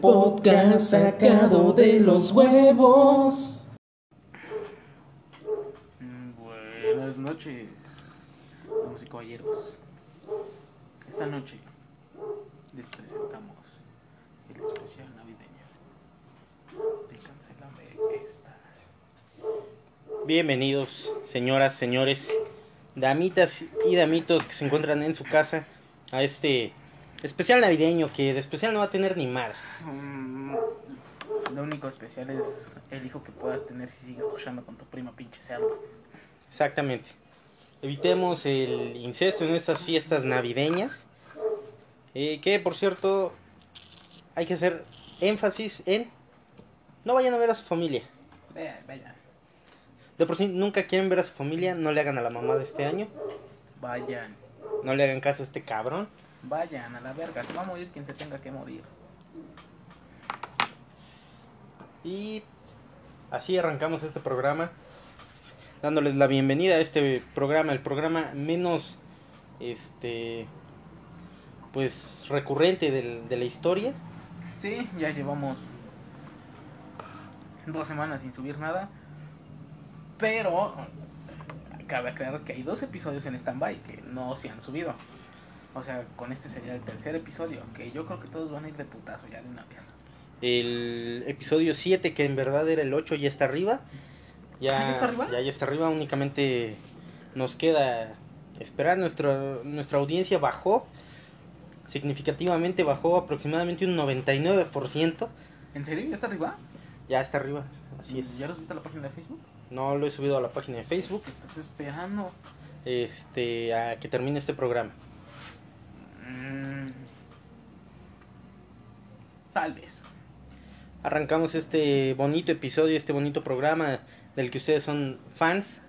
podcast sacado de los huevos. Mm, Buenas noches, damas y caballeros. Esta noche les presentamos el especial navideño de Cancelame Esta. Bienvenidos, señoras, señores, damitas y damitos que se encuentran en su casa a este especial navideño que de especial no va a tener ni madres. Mm, Lo único especial es el hijo que puedas tener si sigues escuchando con tu prima pinche cerda. Exactamente. Evitemos el incesto en estas fiestas navideñas. eh, que por cierto, hay que hacer énfasis en no vayan a ver a su familia. Eh, vaya, De por sí nunca quieren ver a su familia, no le hagan a la mamá de este año, vayan, no le hagan caso a este cabrón. vayan a la verga, se va a morir quien se tenga que morir. Y así arrancamos este programa, dándoles la bienvenida a este programa, el programa menos, este, pues recurrente del- de la historia. Sí, ya llevamos dos semanas sin subir nada. Pero cabe aclarar que hay dos episodios en stand-by que no se han subido. O sea, con este sería el tercer episodio, que yo creo que todos van a ir de putazo ya de una vez. El episodio 7, que en verdad era el 8, ya está arriba. Ya, ¿Ya está arriba? Ya, ya está arriba, únicamente nos queda esperar. Nuestra, nuestra audiencia bajó significativamente, bajó aproximadamente un 99%. ¿En serio? ¿Ya está arriba? Ya está arriba, así es. ¿Ya los viste a la página de Facebook? No lo he subido a la página de Facebook. ¿Qué estás esperando? este, a que termine este programa. Mm. Tal vez. Arrancamos este bonito episodio, este bonito programa del que ustedes son fans,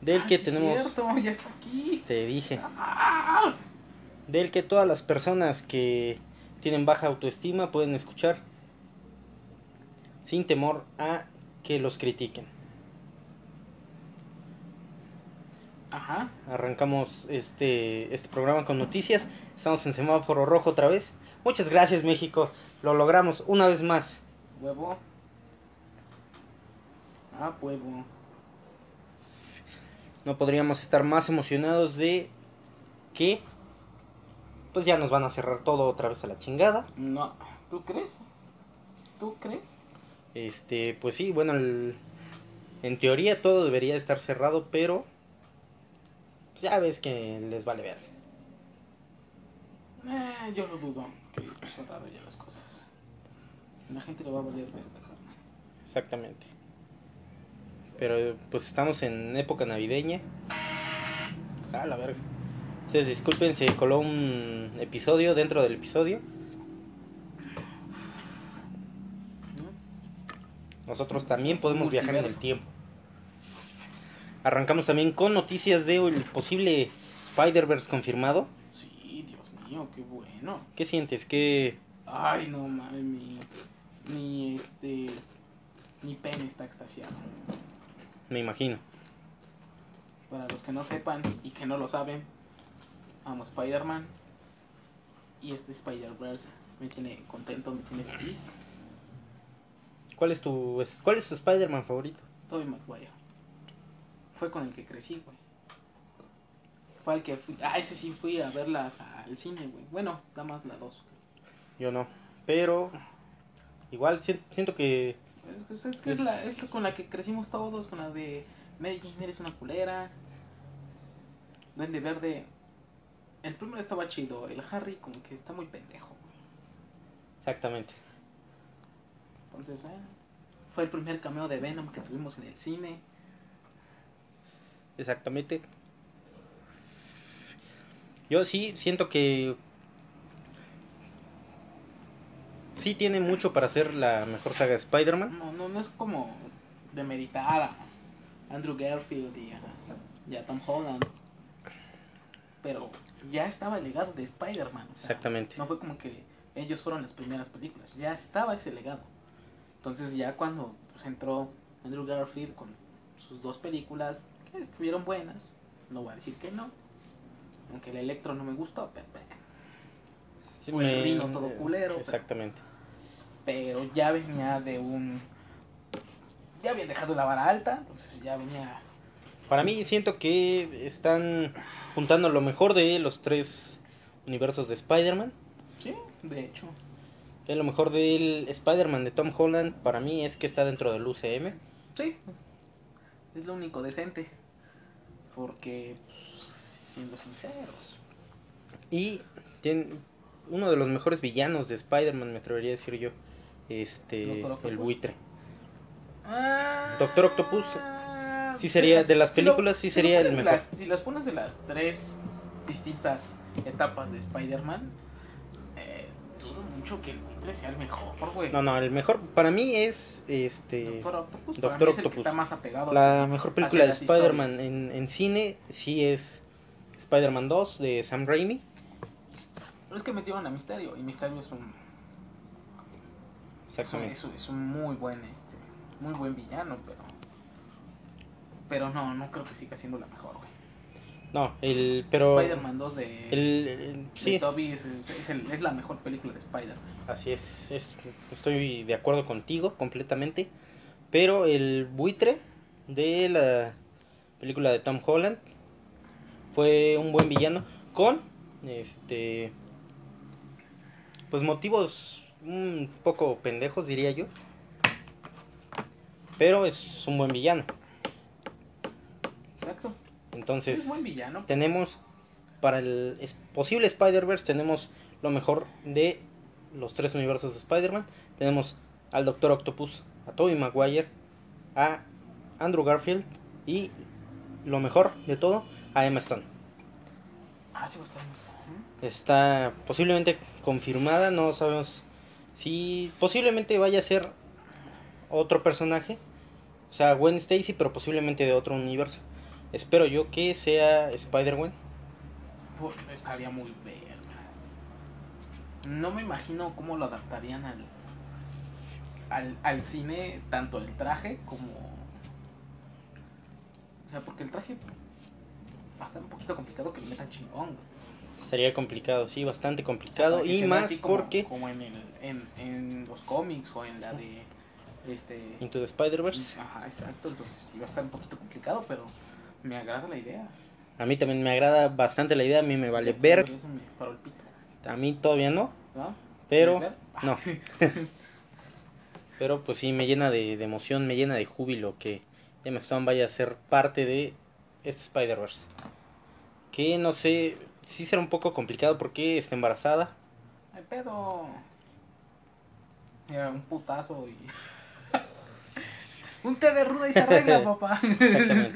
del Ah, que sí es tenemos, cierto, ya está aquí. te dije, ¡Ah! del que todas las personas que tienen baja autoestima pueden escuchar sin temor a que los critiquen. Ajá. Arrancamos este, este programa con noticias. Estamos en semáforo rojo otra vez. Muchas gracias México. Lo logramos una vez más. Huevo. Ah, huevo. no podríamos estar más emocionados de que pues ya nos van a cerrar todo otra vez a la chingada. No. ¿Tú crees? ¿Tú crees? Este, pues sí, bueno, el- en teoría todo debería estar cerrado, pero pues ya ves que les vale ver. Eh, yo lo dudo que esté cerrado ya las cosas. La gente le va a valer verga, carnal. Exactamente. Pero pues estamos en época navideña. A la verga. Ustedes disculpen, se coló un episodio dentro del episodio. ¿no? Nosotros también podemos viajar en el tiempo. Arrancamos también con noticias de el posible Spider-Verse confirmado. Sí, Dios mío, qué bueno. ¿Qué sientes? ¿Qué Ay, no mames, mi. Mi este. Mi pene está extasiado. me imagino? Para los que no sepan y que no lo saben, amo Spider-Man. Y este Spider-Verse me tiene contento, me tiene feliz. ¿Cuál es tu es- cuál es tu Spider-Man favorito? Tobey Maguire. Fue con el que crecí, güey. Fue al que fui. Ah, ese sí fui a verlas al cine, güey. Bueno, nada más la dos. Yo no, pero igual si- siento que Es que- Es que es la es con la que crecimos todos, con la de Mary Jane eres una culera. Duende Verde. El primero estaba chido, el Harry como que está muy pendejo, güey. exactamente. Entonces, bueno, fue el primer cameo de Venom que tuvimos en el cine. Exactamente. Yo sí siento que sí tiene mucho para ser la mejor saga de Spider-Man. No, no, no es como de meditar a Andrew Garfield y a, y a Tom Holland. Pero ya estaba el legado de Spider-Man. o sea, Exactamente. No fue como que ellos fueron las primeras películas. Ya estaba ese legado. Entonces ya cuando pues, entró Andrew Garfield con sus dos películas, que estuvieron buenas, no voy a decir que no. Aunque el Electro no me gustó, pero... pero- Sí, O el Rino todo culero, pero- Exactamente. pero ya venía de un... Ya había dejado la vara alta, entonces ya venía... Para mí siento que están juntando lo mejor de los tres universos de Spider-Man. Sí, de hecho. Que lo mejor del Spider-Man de Tom Holland para mí es que está dentro del UCM. Sí, es lo único decente. Porque, pues, siendo sinceros, Y tiene uno de los mejores villanos de Spider-Man, me atrevería a decir yo. Este, Doctor Octopus. el buitre. Doctor Doctor Octopus, sí sería- de las películas, sí sería el mejor. si las pones en las tres distintas etapas de Spider-Man, eh, dudo mucho que el buitre sea el mejor, güey. No, no, el mejor para mí es este Doctor Octopus, para Doctor mí es el que Octopus. está más apegado la mejor película de las Spider-Man historias. en, en cine, sí es Spider-Man 2 de Sam Raimi. Pero es que metieron a Misterio, y Misterio es un, es un, Exactamente. es un- es un muy buen este, muy buen villano, pero pero no, no creo que siga siendo la mejor, güey. No, el pero Spider-Man 2 de, el, el- de sí, Tobey es, es- es el- es la mejor película de Spider-Man. así es, es- estoy de acuerdo contigo completamente, pero el buitre de la película de Tom Holland fue un buen villano con este pues motivos un poco pendejos diría yo. Pero es un buen villano. Exacto. Entonces, es buen villano. tenemos para el es- posible Spider-Verse tenemos lo mejor de los tres universos de Spider-Man. Tenemos al Doctor Octopus, a Tobey Maguire, a Andrew Garfield y lo mejor de todo, a Emma Stone. Ah, sí, va a estar muy cabrón. Está posiblemente confirmada, no sabemos si posiblemente vaya a ser otro personaje, o sea, Gwen Stacy, pero posiblemente de otro universo. Espero yo que sea Spider-Gwen. Pues, estaría muy verga. No me imagino cómo lo adaptarían al, al, al cine, tanto el traje como... O sea, porque el traje va a estar un poquito complicado que le metan chingón. güey. Sería complicado, sí, bastante O sea, complicado. para que se y vea más así como- porque Como en, el, en, en los cómics o en la de... Este... Into the Spider-Verse. Ajá, exacto. Entonces sí va a estar un poquito complicado, pero me agrada la idea. A mí también me agrada bastante la idea, a mí me vale Este, ver. eso me paró el pito, A mí todavía no, ¿no? pero ¿Quieres ver? Ah, no. pero pues sí, me llena de, de emoción, me llena de júbilo que Emma Stone vaya a ser parte de este Spider-Verse. Que no sé, sí será un poco complicado porque está embarazada. Ay, pedo. Mira, un putazo y. un té de ruda y se arregla, papá. Exactamente.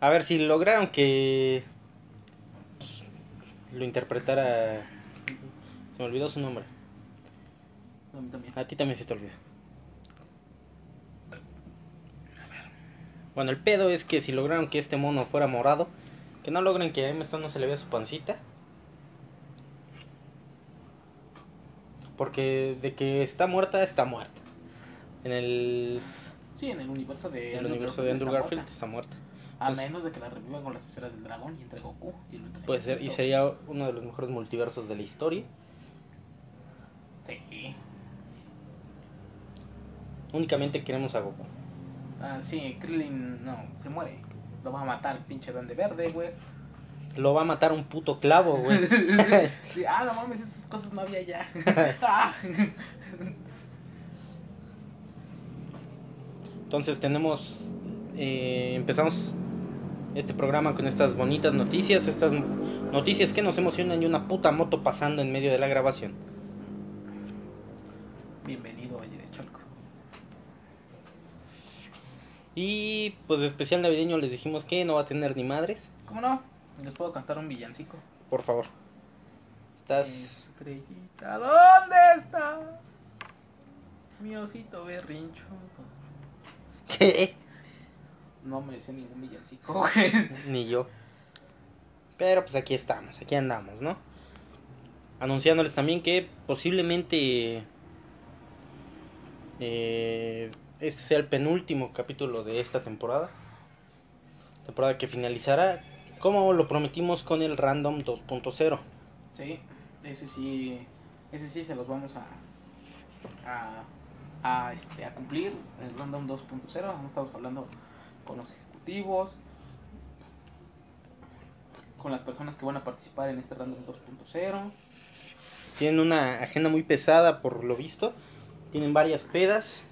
A ver si lograron que pues, lo interpretara. Se me olvidó su nombre. No, a mí también. A ti también se te olvida. Bueno, el pedo es que si lograron que este mono fuera morado, que no logren que a Emma Stone no se le vea su pancita. Porque de que está muerta, está muerta. En el, Sí, en el universo de el universo de Andrew está Garfield muerta. está muerta. A Pues- menos de que la revivan con las esferas del dragón y entre Goku y el Ultra Puede ser, y Instinto. sería uno de los mejores multiversos de la historia. Sí. Únicamente queremos a Goku. Ah, sí, Krillin, no, se muere. Lo va a matar el pinche duende verde, güey. Lo va a matar un puto clavo, güey. Sí, ah, no mames, estas cosas no había ya. Ah. Entonces tenemos, eh, empezamos este programa con estas bonitas noticias, estas noticias que nos emocionan y una puta moto pasando en medio de la grabación. Bienvenido, Valle de Cholco. Y pues de especial navideño les dijimos que no va a tener ni madres. ¿Cómo no? Les puedo cantar un villancico. Por favor. Estás... Estrellita, ¿dónde estás? Mi osito berrincho. ¿Qué? No me sé ningún villancico, güey. Ni yo. Pero pues aquí estamos, aquí andamos, ¿no? Anunciándoles también que posiblemente eh, este sea el penúltimo capítulo de esta temporada. Temporada que finalizará, como lo prometimos, con el Random 2.0. Sí, ese sí. Ese sí se los vamos a, a, a, este, a cumplir el Rundown 2.0. No estamos hablando con los ejecutivos, con las personas que van a participar en este Rundown 2.0. Tienen una agenda muy pesada por lo visto. Tienen varias pedas.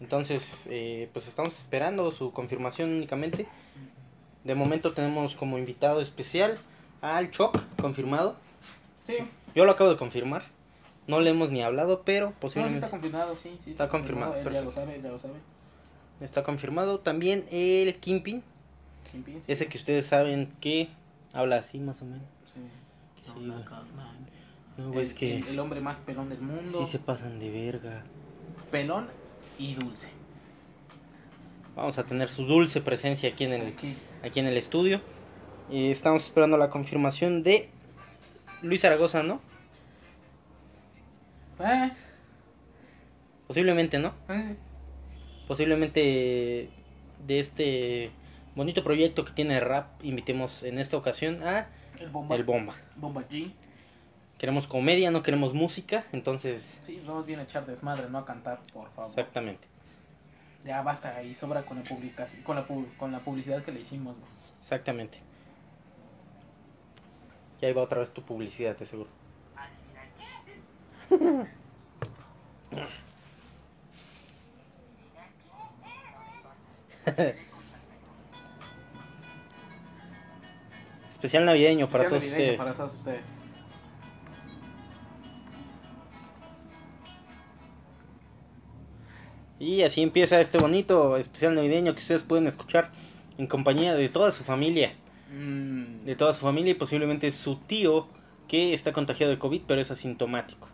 Entonces, eh, pues estamos esperando su confirmación únicamente. De momento tenemos como invitado especial al Choc, confirmado. Sí, Yo lo acabo de confirmar. No le hemos ni hablado, pero no, sí posiblemente está confirmado, sí, sí. Está confirmado, Él ya perfecto. lo sabe, él ya lo sabe. está confirmado. También el Kimpin, ¿Quién piensa? ese que ustedes saben que habla así más o menos. Sí. Sí, No, güey. carnal. No, El, güey, es que el- el hombre más pelón del mundo. sí se pasan de verga. Pelón y dulce. Vamos a tener su dulce presencia aquí en el, Aquí. aquí en el estudio. Eh, estamos esperando la confirmación de Luis Zaragoza, ¿no? Eh, Posiblemente, ¿no? eh. Posiblemente de este bonito proyecto que tiene Rap, invitemos en esta ocasión a El bomba. El Bomba. bomba G. Queremos comedia, no queremos música, entonces... Sí, vamos bien a echar desmadre, no a cantar, por favor. Exactamente, Ya basta ahí, sobra con la publicación, con la, pub- con la publicidad que le hicimos. güey. exactamente. Ya ahí va otra vez tu publicidad, te aseguro. Especial navideño para Sea todos navideño ustedes. Para todos ustedes. Y así empieza este bonito especial navideño que ustedes pueden escuchar en compañía de toda su familia. Mm, De toda su familia y posiblemente su tío que está contagiado de COVID pero es asintomático.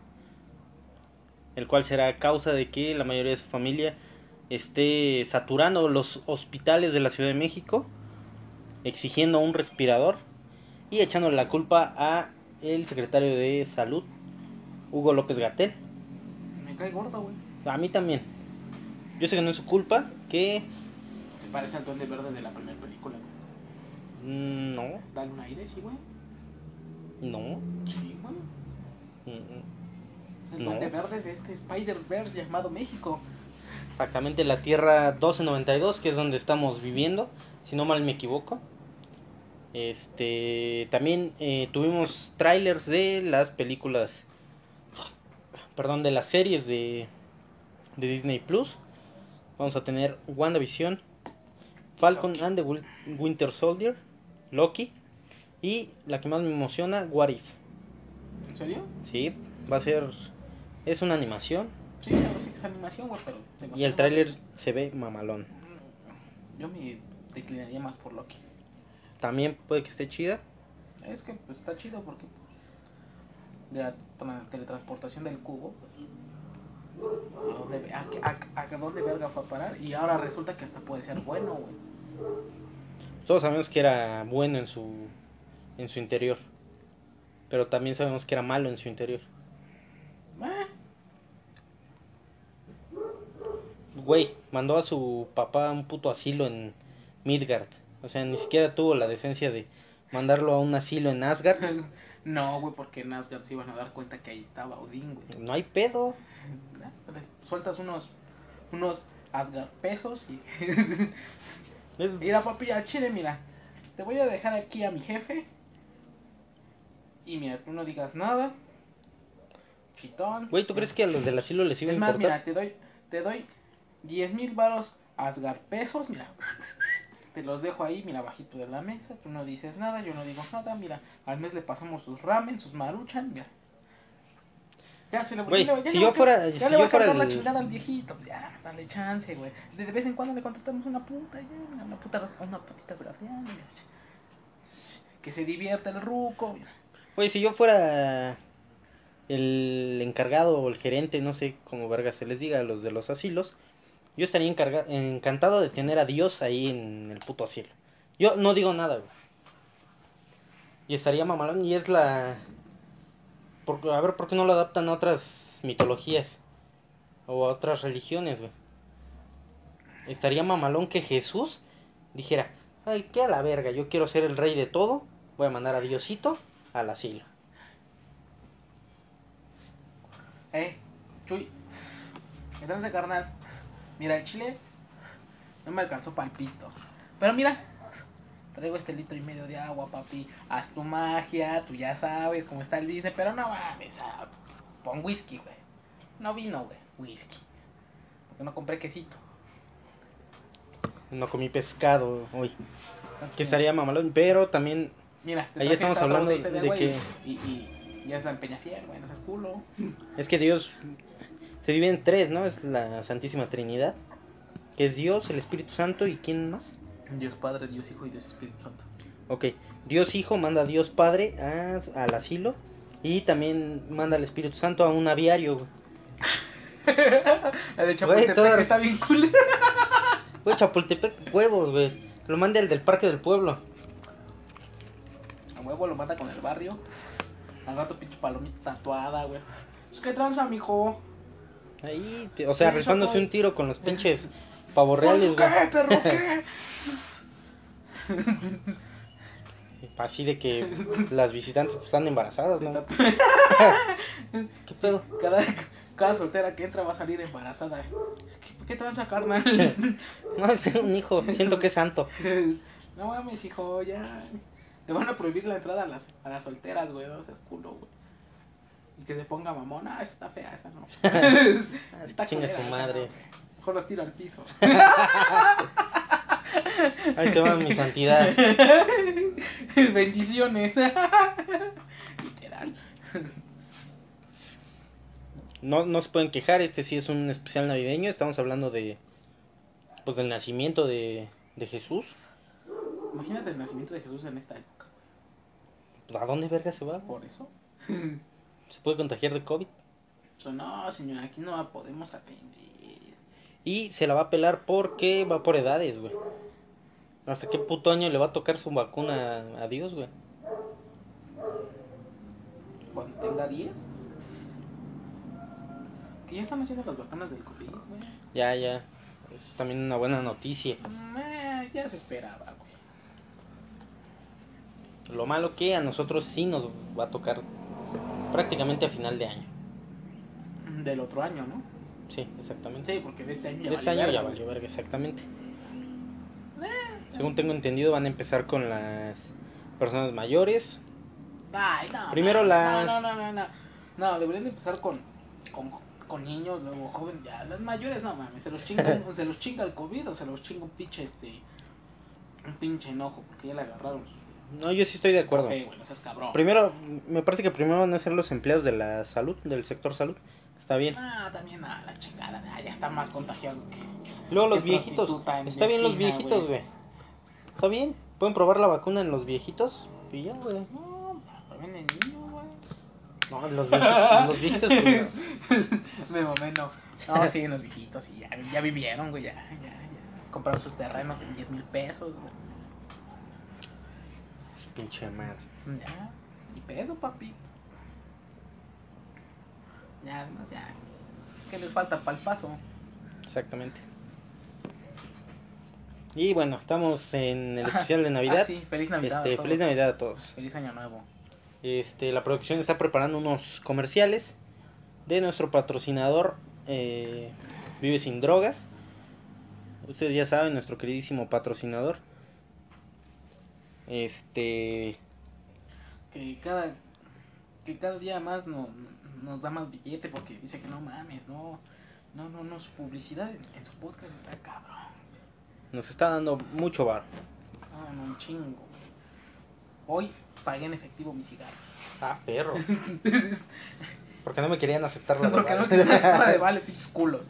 El cual será causa de que la mayoría de su familia esté saturando los hospitales de la Ciudad de México, exigiendo un respirador y echándole la culpa a el secretario de Salud, Hugo López Gatel. me cae gordo, güey. A mí también. Yo sé que no es su culpa, que Se parece al duende verde de la primera película, güey. Mm, No, Dale un aire, sí, güey. no. Sí, güey. Mm, Es el No. duende verde de este Spider-Verse llamado México. Exactamente la Tierra 1292, que es donde estamos viviendo, si no mal me equivoco. Este, también eh, tuvimos trailers de las películas, perdón, de las series de, de Disney Plus. Vamos a tener WandaVision, Falcon and the Wil- Winter Soldier, Loki y la que más me emociona, What If. ¿En serio? Sí, va a ser, es una animación, Sí, ya lo sé que es animación, güey, pero... te Y el emocionas. tráiler se ve mamalón. Yo me declinaría más por Loki. También puede que esté chida. Es que pues, está chido porque pues, de la tra- teletransportación del cubo, pues, ¿a dónde, a, qué- a- a dónde verga fue a parar? Y ahora resulta que hasta puede ser bueno, güey. Todos sabemos que era bueno en su en su interior. Pero también sabemos que era malo en su interior. Ah, Güey, mandó a su papá a un puto asilo en Midgard. O sea, ni siquiera tuvo la decencia de mandarlo a un asilo en Asgard. No, güey, porque en Asgard se iban a dar cuenta que ahí estaba Odín, güey. No hay pedo. Ah, les- Sueltas unos, unos Asgard pesos y... Es- mira, papi, al chile, mira, te voy a dejar aquí a mi jefe. Y mira, tú no digas nada. Chitón. Güey, ¿tú crees que a los del asilo les iba a Es más, mira, importar? te doy, te doy 10 mil varos asgar pesos, mira. Te los dejo ahí, mira, bajito de la mesa. Tú no dices nada, yo no digo nada. Mira, al mes le pasamos sus ramen, sus maruchan, mira. Ya se le Güey, ya le- ya si le yo va a- fuera- ya si le yo va a fuera cargar la el- chingada al viejito. Ya, pues, dale chance, güey. De de vez en cuando le contratamos una puta, ya, mira, una puta, una putita asgardiana, mira. Que se divierta el ruco, mira. Güey, si yo fuera el encargado o el gerente, no sé cómo verga se les diga, a los de los asilos, yo estaría encarga- encantado de tener a Dios ahí en el puto asilo. Yo no digo nada, güey. Y estaría mamalón y es la... por- a ver, ¿por qué no lo adaptan a otras mitologías? O a otras religiones, güey. Estaría mamalón que Jesús dijera, ay, qué a la verga, yo quiero ser el rey de todo, voy a mandar a Diosito al asilo. Eh, Chuy, trance, carnal? Mira, el chile no me alcanzó para el pisto. Pero mira, traigo este litro y medio de agua, papi. Haz tu magia, tú ya sabes cómo está el business, pero no mames. ah, pon whisky, güey. No vino, güey. Whisky. Porque no compré quesito. No comí pescado hoy. Entonces, Que estaría mamalón. Pero también Mira, te ahí traje estamos esta otra hablando botellita de agua y- que- Y, y ya es la Peñafiel, güey, no seas culo. es que Dios se divide en tres, ¿no? Es la Santísima Trinidad. Que es Dios, el Espíritu Santo y ¿quién más? Dios Padre, Dios Hijo y Dios Espíritu Santo. Ok, Dios Hijo manda a Dios Padre a- al asilo y también manda al Espíritu Santo a un aviario. güey. De hecho, Güey, pues, todo- está bien cool. Güey, Chapultepec, huevos, güey. Lo manda el del Parque del Pueblo. A huevo lo mata con el barrio. Al rato pinche palomita tatuada, güey. Es que tranza, mijo. Ahí, o sea, Sí, Pues, rifándose Chapoy. un tiro con los pinches pavorreales, güey. ¿Qué, perro? ¿Qué? Así de que las visitantes pues, están embarazadas, ¿no? ¿Qué pedo? Cada, cada soltera que entra va a salir embarazada. ¿Qué, qué tranza, carnal? No, es un hijo, siento que es santo. no mames, hijo, ya. Te van a prohibir la entrada a las, a las solteras, güey. No seas culo, güey. Y que se ponga mamona. Ah, esa está fea, esa no. Ah, Está Chinga culera, su esa no, madre. güey. Mejor lo tiro al piso. Ahí te va mi santidad. Bendiciones. Literal. No, no se pueden quejar, este sí es un especial navideño, estamos hablando de pues del nacimiento de, de Jesús. Imagínate el nacimiento de Jesús en esta época. ¿A dónde verga se va? Por eso. Se puede contagiar de COVID. So, no, señora, aquí no la podemos atender. Y se la va a pelar porque va por edades, güey. ¿Hasta qué puto año le va a tocar su vacuna a Dios, güey? Cuando tenga 10. Que ya están haciendo las vacunas del COVID, güey. Ya, ya. Es también una buena noticia. Mm, eh, ya se esperaba, güey. Lo malo que a nosotros sí nos va a tocar prácticamente a final de año. Del otro año, ¿no? Sí, exactamente. Sí, porque de este año ya De este valió año ya verga, valió verga, exactamente. Según tengo entendido, van a empezar con las personas mayores. Ay, no. Primero no, las- No, no, no, no. No, deberían de empezar con, con, con niños, luego jóvenes. Ya, las mayores, no mames. Se los, chingan, o se los chinga el COVID o se los chinga un pinche, este. Un pinche enojo, porque ya le agarraron. su- No, yo sí estoy de acuerdo. Ey, güey, no seas cabrón. Primero, me parece que primero van a ser los empleados de la salud, del sector salud. Está bien. Ah, también, ah, la chingada. ah, ya están más contagiados que. Luego los Ah, Qué viejitos. prostituta en Está la bien los esquina, viejitos, güey. güey. Está bien. Pueden probar la vacuna en los viejitos. Y ya, güey. No, pero viene el niño, güey. No, en los viejitos. en los viejitos primero. Me momé, no. No, sí, los viejitos, sí, ya, ya vivieron, güey, ya, ya, ya. Compraron sus terrenos en 10 mil pesos, güey. Pinche madre. Ya, y pedo, papi. Ya, además, ya. Es que les falta pa'l paso. Exactamente. Y bueno, estamos en el Ajá. especial de Ah, Navidad. sí, feliz Navidad. este, a todos. feliz Navidad a todos. Feliz Año Nuevo. Este, la producción está preparando unos comerciales de nuestro patrocinador eh, Vive sin drogas. Ustedes ya saben, nuestro queridísimo patrocinador. Este, Que cada, que cada día más no- nos da más billete porque dice que no mames, no. No, no, no, su publicidad en, en su podcast está cabrón. nos está dando mucho bar. No, no, un chingo. Hoy pagué en efectivo mi cigarro. Ah, perro. Entonces, Porque no me querían aceptar la de Porque bar. no tienes cara de vale, pinches culos.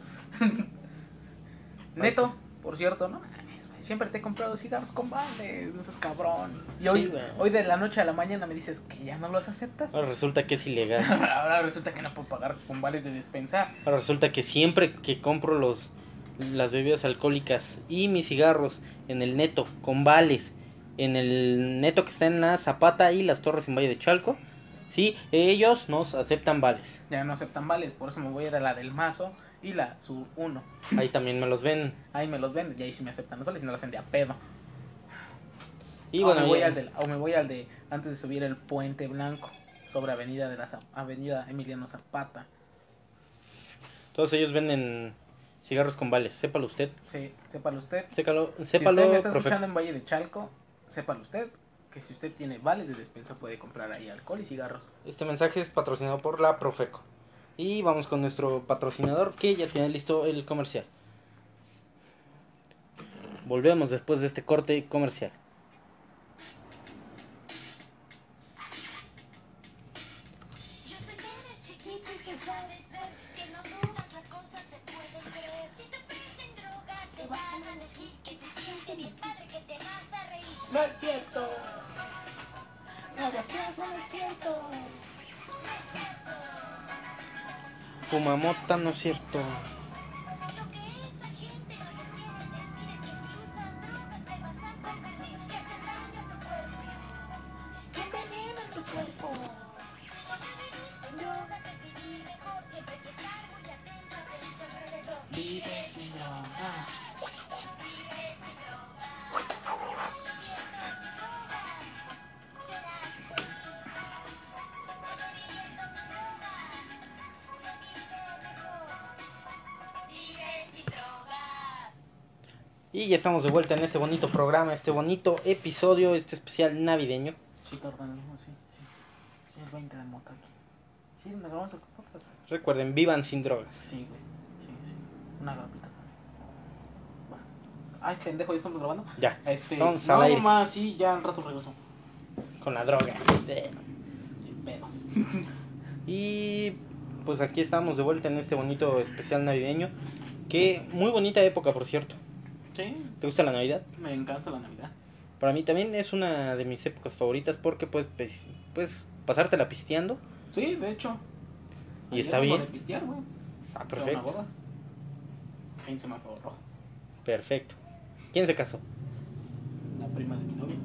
Neto, por cierto, no mames, güey, Siempre te he comprado cigarros con vales, no seas cabrón. Y hoy, Sí, güey. hoy de la noche a la mañana me dices que ya no los aceptas. Ahora resulta que es ilegal. Ahora resulta que no puedo pagar con vales de despensa. Ahora resulta que siempre que compro los las bebidas alcohólicas y mis cigarros en el neto con vales en el neto que está en la Zapata y las Torres en Valle de Chalco, sí, ellos nos aceptan vales. Ya no aceptan vales, por eso me voy a ir a la del mazo y la sur 1. Ahí también me los ven. Ahí me los venden y ahí sí me aceptan los vales y no los hacen de a pedo. Y o, bueno, Ah, me voy ya- al de, o me voy al de antes de subir el puente blanco sobre avenida de la Zap- avenida Emiliano Zapata. todos ellos venden Cigarros con vales, sépalo usted. Sí, sépalo usted. Sécalo, si sépalo, usted me está profe. escuchando en Valle de Chalco, sépalo usted que si usted tiene vales de despensa puede comprar ahí alcohol y cigarros. Este mensaje es patrocinado por la Profeco. Y vamos con nuestro patrocinador que ya tiene listo el comercial. Volvemos después de este corte comercial. Yo sé que eres chiquito y que sabes ver que no todas las cosas se pueden creer. Si te prenden drogas, te van a decir que se siente bien padre, que te vas a reír. No es cierto. No hagas caso, no es cierto. Fumamota, no es cierto. Lo que esa gente no te quiere decir es que si usas drogas te vas a convertir, que hace daño a tu cuerpo, que envenena tu cuerpo. Con drogas es vivir mejor, siempre hay que estar muy atento a tu alrededor. Vive sin droga. Y ya estamos de vuelta en este bonito programa, este bonito episodio, este especial navideño. Sí, carnalismo, sí, sí. Sí, el 20 de mota aquí. Sí, me grabamos el podcast. Recuerden, vivan sin drogas. Sí, güey. Sí, sí. Una grapita también. Bueno. Ay, pendejo, ya estamos grabando. Ya, Este, Vamos al no, aire. más, sí, ya al rato regreso. con la droga. Sin pedo. Y pues aquí estamos de vuelta en este bonito especial navideño. Que muy bonita época, por cierto. Sí, ¿Te gusta la Navidad? me encanta la Navidad. Para mí también es una de mis épocas favoritas porque puedes, pes- puedes pasártela pisteando. Sí, de hecho. Y Ayer está vengo bien. de pistear, güey. Ah, Fui a Una perfecto. boda. Ahí en semáforo rojo. Perfecto. ¿Quién se casó? La prima de mi novia.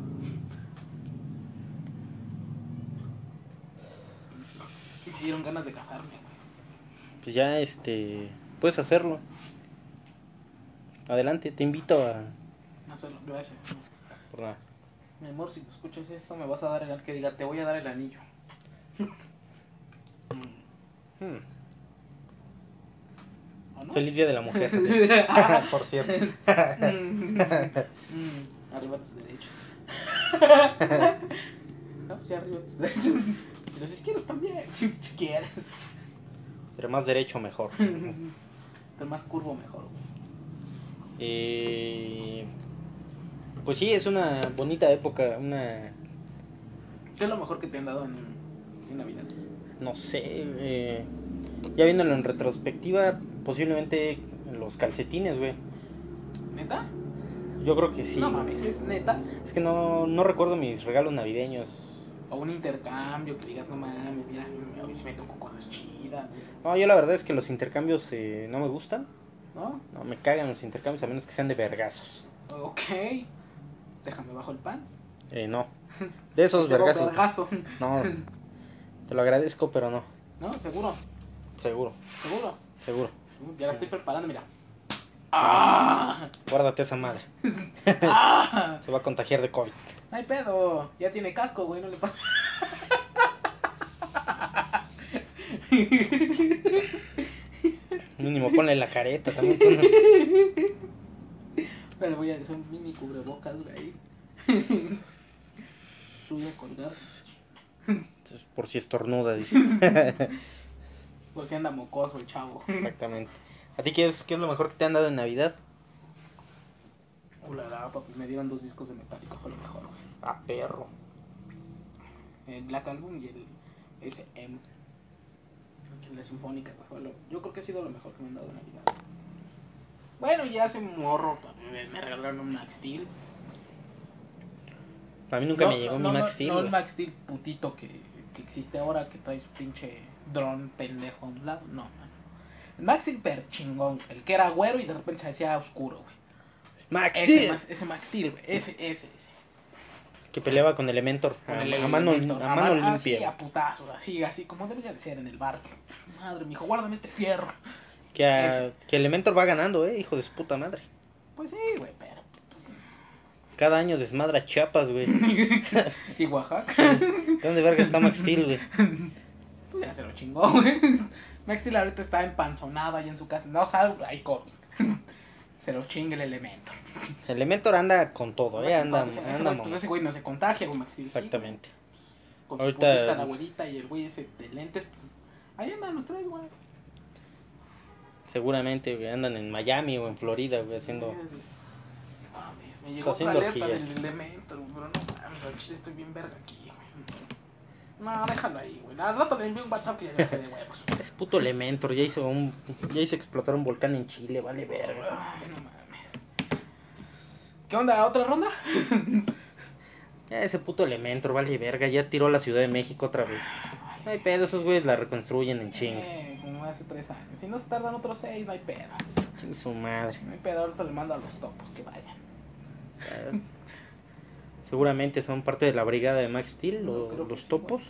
Me dieron ganas de casarme, güey. Pues ya este. Puedes hacerlo. Adelante, te invito a. No sé, gracias. por nada. Mi amor, si escuchas esto, me vas a dar el que diga, te voy a dar el anillo. Mm, Hmm. ¿O no? Feliz Día de la Mujer. Ah, por cierto. Mm, mm, Arriba tus derechos. no, pues ya arriba tus derechos. Y Los izquierdos también, si, si quieres. Entre más derecho, mejor. Entre más curvo, mejor, güey. Eh, Pues sí, es una bonita época, una... ¿Qué es lo mejor que te han dado en, en Navidad? no sé, eh, ya viéndolo en retrospectiva, posiblemente los calcetines, güey. ¿Neta? Yo creo que sí. No mames, es neta. Es que no, no recuerdo mis regalos navideños. O un intercambio que digas, no mames, mira, a mí sí me tocó cosas chidas, No, yo la verdad es que los intercambios eh, no me gustan. ¿no? No, me cagan los intercambios a menos que sean de vergazos. Ok, déjame bajo el pants. Eh, no. De esos Te hago vergazos. vergazo. No. Te lo agradezco, pero no. ¿No? Seguro, Seguro, seguro. seguro. Ya la estoy preparando, mira. ¡Ah! Guárdate esa madre. ¡Ah! Se va a contagiar de COVID. No hay pedo, ya tiene casco, güey, no le pasa. Mínimo ponle la careta también. tú, ¿no? Pero le voy a hacer un mini cubrebocas, güey. ahí. Lo voy a colgar. Por si estornuda, dice. Por si Pues anda mocoso el chavo. Exactamente. ¿A ti qué es, qué es lo mejor que te han dado en Navidad? Ulala, papi, me dieron dos discos de Metallica, fue lo mejor, güey. A Ah, perro. El Black Album y el SM. La Sinfónica, güey, fue lo- Yo creo que ha sido lo mejor que me han dado en Navidad. Bueno, ya hace morro, me me regalaron un Max Steel. A mí nunca No, me no, llegó mi no, Max no, Steel. No, el güey. Max Steel putito que, que existe ahora, que trae su pinche dron pendejo a un lado. No, man. El Max Steel per chingón, güey, el que era güero y de repente se hacía oscuro, güey. Max Ese, Steel. Max, ese Max Steel, güey. Ese, ese, ese. Que peleaba con Elementor. Con a, el a mano, elemento, a mano ma- Así, limpia. Ah, a putazos, así, así, como debería de ser en el bar. Madre, mijo, guárdame este fierro. Que, a- ese. que Elementor va ganando, eh, hijo de su puta madre. Pues sí, güey, pero. Cada año desmadra Chiapas, güey. y Oaxaca. ¿Dónde verga está Max Steel, güey? Pues ya se lo chingó, güey. Max Steel ahorita está empanzonado ahí en su casa. No salgo, hay COVID. Se lo chinga el elemento. Elementor anda con todo, eh, anda, Ese- ese anda güey, pues mamón. ese güey no se contagia, güey, Max Steel, sí, Exactamente. güey. Con su Ahorita- putita, la abuelita y el güey ese de lentes. Ahí andan los tres, güey. Seguramente güey, andan en Miami o en Florida, güey, haciendo Así. Mames, me llegó otra haciendo eh. alerta orgías. del elemento, güey, pero no mames, al chile estoy bien verga aquí, güey. No, déjalo ahí, güey. Al rato le envío un WhatsApp que ya le dejé de huevos. ese puto Elementor ya hizo un ya hizo explotar un volcán en Chile, vale verga. Ay, no mames. ¿Qué onda? ¿Otra ronda? Ya ese puto Elementor, vale verga, ya tiró la Ciudad de México otra vez. No hay pedo, esos güeyes la reconstruyen en chinga. Eh, como hace tres años. Si no se tardan otros seis, no hay pedo. Chingue su madre. No hay pedo, ahorita le mando a los topos que vayan. Seguramente son parte de la brigada de Max Steel, No, o creo que los sí, topos.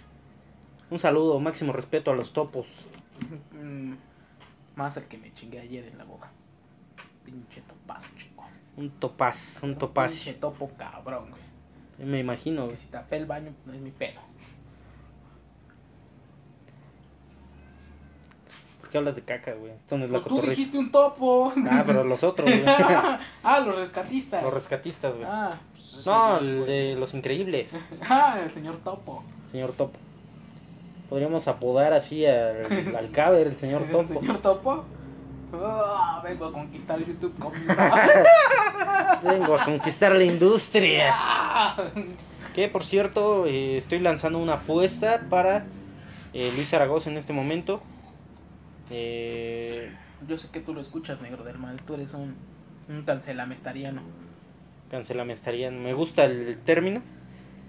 Un saludo, máximo respeto a los topos. Mm, Más el que me chingué ayer en la boca. Pinche topazo, chico. Un topaz, un topaz. Pinche topo cabrón, güey. Me imagino. Que si tapé el baño, pues, no es mi pedo. ¿Por qué hablas de caca, güey? Esto no es la Pues tú cotorrita. dijiste un topo. Ah, pero los otros, güey. ah, los rescatistas. Los rescatistas, güey. Ah, pues, No, sí, el güey. de los increíbles, Ah, el señor topo. señor Topo. Podríamos apodar así al, al caber, el señor ¿El Topo. señor topo? Ah, vengo a conquistar YouTube con... Vengo a conquistar la industria. Ah. Que por cierto, eh, estoy lanzando una apuesta para eh, Luis Zaragoza en este momento. Eh, Yo sé que tú lo escuchas, negro del mal. Tú eres un, un cancelamestariano. cancelamestarían, me gusta el término.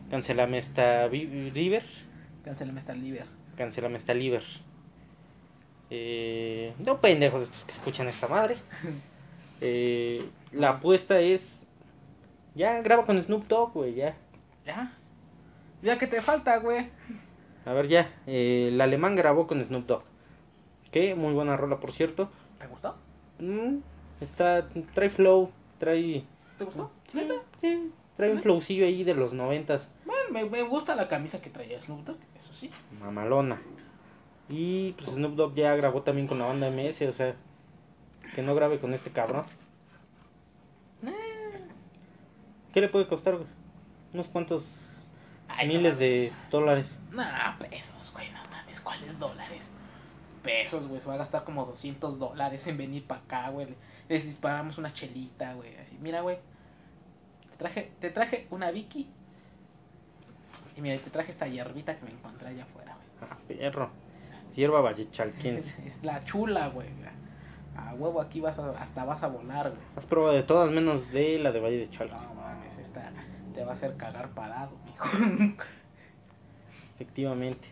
Cancelamesta vi- River. Cancelamestaliber. Cancelamesta Liver. Eh, no pendejos estos que escuchan esta madre. Eh, la apuesta es. Ya, graba con Snoop Dogg, güey, ya. ¿Ya? ¿Ya que te falta, güey? A ver, ya. Eh, el alemán grabó con Snoop Dogg. Que muy buena rola, por cierto. ¿Te gustó? Mm, está. Trae flow, trae. ¿Te gustó? Sí, sí, trae un flowcillo ahí de los noventas. Bueno, me, me gusta la camisa que traía Snoop Dogg, eso sí. Mamalona. Y pues Snoop Dogg ya grabó también con la banda MS, o sea. Que no grabe con este cabrón. Eh, ¿Qué le puede costar, güey? Unos cuantos ay, miles no mames. de dólares. Nah, pesos, güey, no mames, ¿cuáles dólares? Pesos, güey, se va a gastar como 200 dólares en venir para acá, güey. Les disparamos una chelita, güey. Así, mira, güey. Te traje, te traje una Vicky. Y mira, te traje esta hierbita que me encontré allá afuera, güey. Ah, perro. Hierba vallechalquense. Es, es la chula, güey. A huevo aquí vas a, hasta vas a volar, güey. Has probado de todas menos de la de Valle de Chalco. No mames, esta te va a hacer cagar parado, mijo. Efectivamente.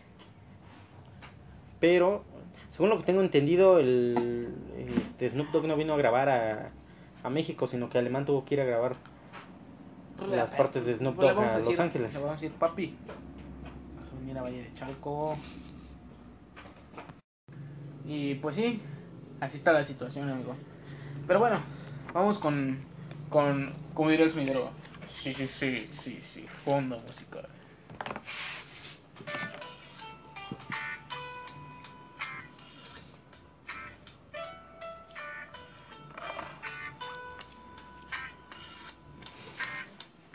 Pero, según lo que tengo entendido, el este, Snoop Dogg no vino a grabar a, a México, sino que Alemán tuvo que ir a grabar. Las partes de Snoop Pues Le Dogg vamos a Los decir- Ángeles. Le vamos a decir, papi. vamos a venir a Valle de Chalco. Y pues sí, así está la situación, amigo. Pero bueno, vamos con. con como diría el sumidero. Sí, sí, sí, sí, sí. Fondo musical.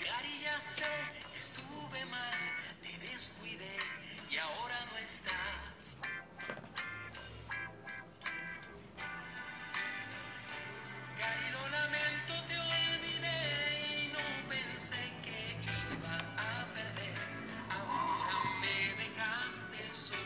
Cari, ya sé, estuve mal, te descuidé y ahora no estás. Cari, lo lamento, te olvidé y no pensé que iba a perder. Ahora me dejaste.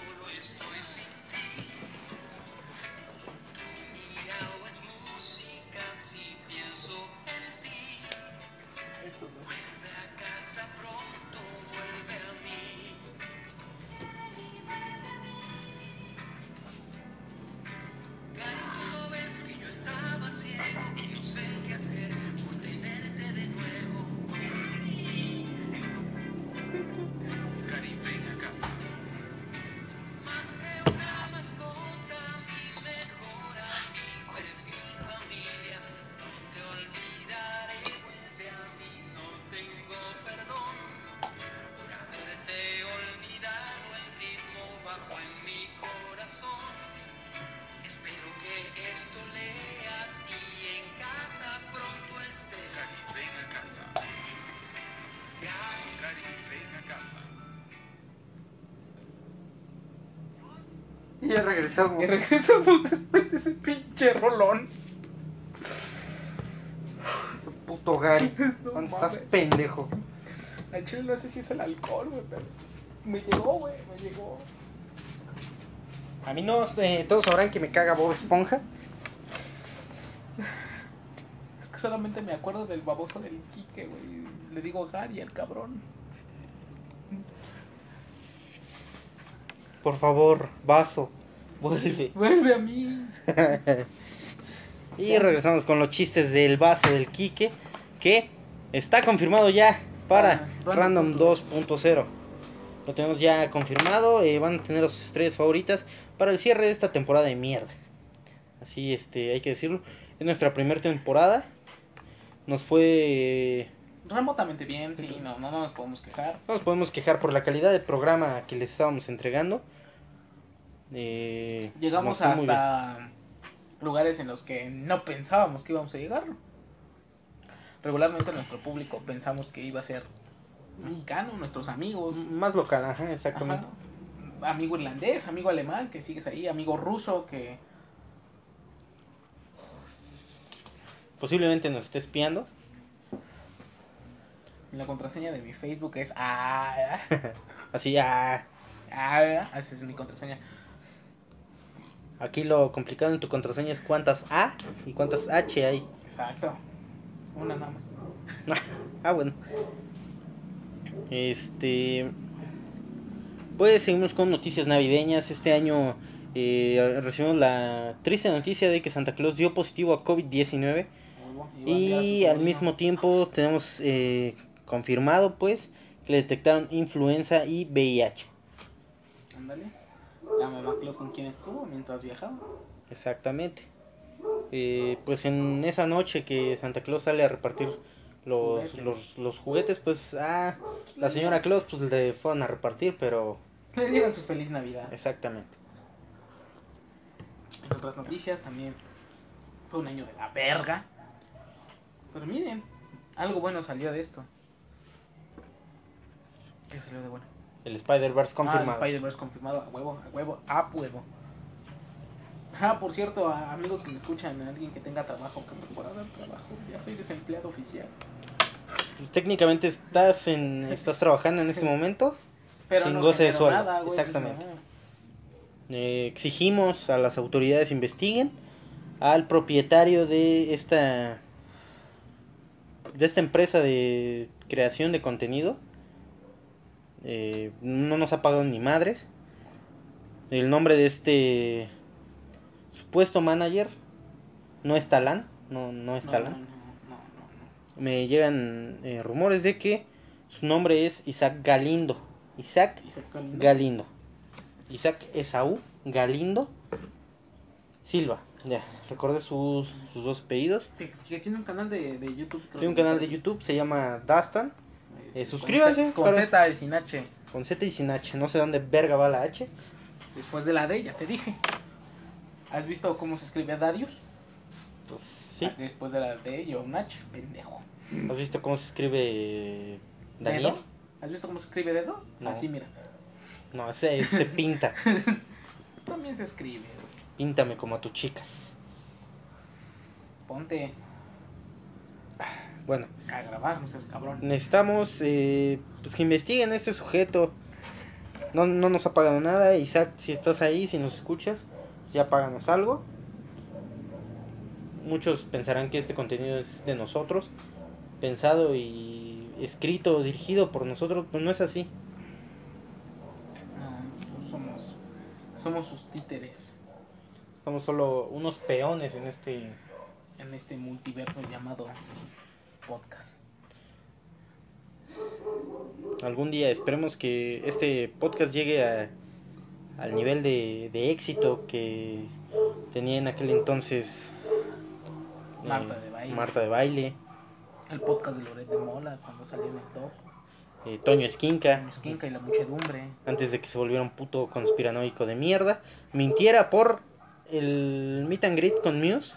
Ya regresamos. Y regresamos después de ese pinche rolón. Ese puto Gary. No ¿Dónde estás, mames. pendejo? Al chile no sé si es el alcohol, güey, pero me llegó, güey, me llegó. A mí no, eh, todos sabrán que me caga Bob Esponja. Es que solamente me acuerdo del baboso del Quique, güey. Le digo Gary al cabrón. Por favor, vaso, vuelve. Vuelve a mí. Y regresamos con los chistes del vaso del Quique, que está confirmado ya para Ah, Random Random 2.0. Lo tenemos ya confirmado, eh, van a tener a sus estrellas favoritas para el cierre de esta temporada de mierda. Así este, hay que decirlo, es nuestra primera temporada. Nos fue Remotamente bien, sí, no, no, no nos podemos quejar. no nos podemos quejar por la calidad de programa que les estábamos entregando. Eh, nos Llegamos fue muy bien. hasta lugares en los que no pensábamos que íbamos a llegar. Regularmente nuestro público pensamos que iba a ser mexicano, nuestros amigos, más local, ajá, Mm, exactamente. Ajá. Amigo irlandés, amigo alemán que sigues ahí, amigo ruso que Posiblemente nos esté espiando. la contraseña de mi Facebook es ah, Así ah, ah, esa es mi contraseña. Aquí lo complicado en tu contraseña es cuántas A y cuántas H hay. Exacto. Una nada más. Ah, bueno. Este. Pues seguimos con noticias navideñas. Este año eh, recibimos la triste noticia de que Santa Claus dio positivo a COVID-19. Y al mismo tiempo tenemos eh, confirmado, pues, que le detectaron influenza y VIH. tiempo, ándale. La mamá Claus con quien estuvo mientras viajaba. Exactamente. Eh, pues en esa noche que Santa Claus sale a repartir los, Juguetes. los, los juguetes, pues ah, la señora Claus pues le fueron a repartir, pero Le dieron su feliz Navidad. exactamente. En otras noticias también fue un año de la verga. Pero miren, algo bueno salió de esto. ¿Qué salió de bueno? El Spider-Verse Ah, confirmado. el Spider-Verse confirmado, a huevo, a huevo, a huevo. Ah, por cierto, a- amigos que me escuchan, alguien que tenga trabajo, que me pueda dar trabajo. Ya soy desempleado oficial. Técnicamente estás en estás trabajando en este momento. Pero Sin no goce de genero sueldo, nada, güey, exactamente. pues, Eh, exigimos a las autoridades investiguen al propietario de esta de esta empresa de creación de contenido Eh, no nos ha pagado ni madres el nombre de este supuesto manager no es Talán no no es no, no, Talán no, no, no, me llegan eh, rumores de que su nombre es Isaac Galindo Isaac no. Isaac Galindo. Galindo. Isaac Esaú Galindo Silva. Ya, recordé sus, sus dos apellidos. Que, que tiene un canal de, de YouTube. creo Tiene un que canal me de parece. YouTube, se llama Dastan, Este, Eh, suscríbanse, Con, para- Z- con Z y sin H. con Z y sin H. No sé dónde verga va la H. Después de la D, ya te dije. ¿Has visto cómo se escribe Darius? Pues sí. Ah, Después de la D, yo un H, pendejo. ¿Has visto cómo se escribe Daniel? ¿Dedo? ¿Has visto cómo se escribe dedo? No. Así, mira. No, ese se pinta. También se escribe. Píntame como a tus chicas. Ponte Bueno, a grabar, no seas cabrón. necesitamos eh, pues que investiguen a este sujeto. No, no nos ha pagado nada. Isaac, si estás ahí, si nos escuchas, pues ya páganos algo. Muchos pensarán que este contenido es de nosotros, pensado y escrito, dirigido por nosotros, pues no es así. No, somos, somos sus títeres Somos solo unos peones en este... en este multiverso llamado podcast. Algún día esperemos que este podcast llegue a- al nivel de, de éxito que tenía en aquel entonces eh, Marta de Baile. Marta de Baile, El podcast de Loret de Mola, cuando salió en el top. eh, Toño Esquinca, Musquinca y la muchedumbre. antes de que se volviera un puto conspiranoico de mierda, mintiera por el meet and greet con Muse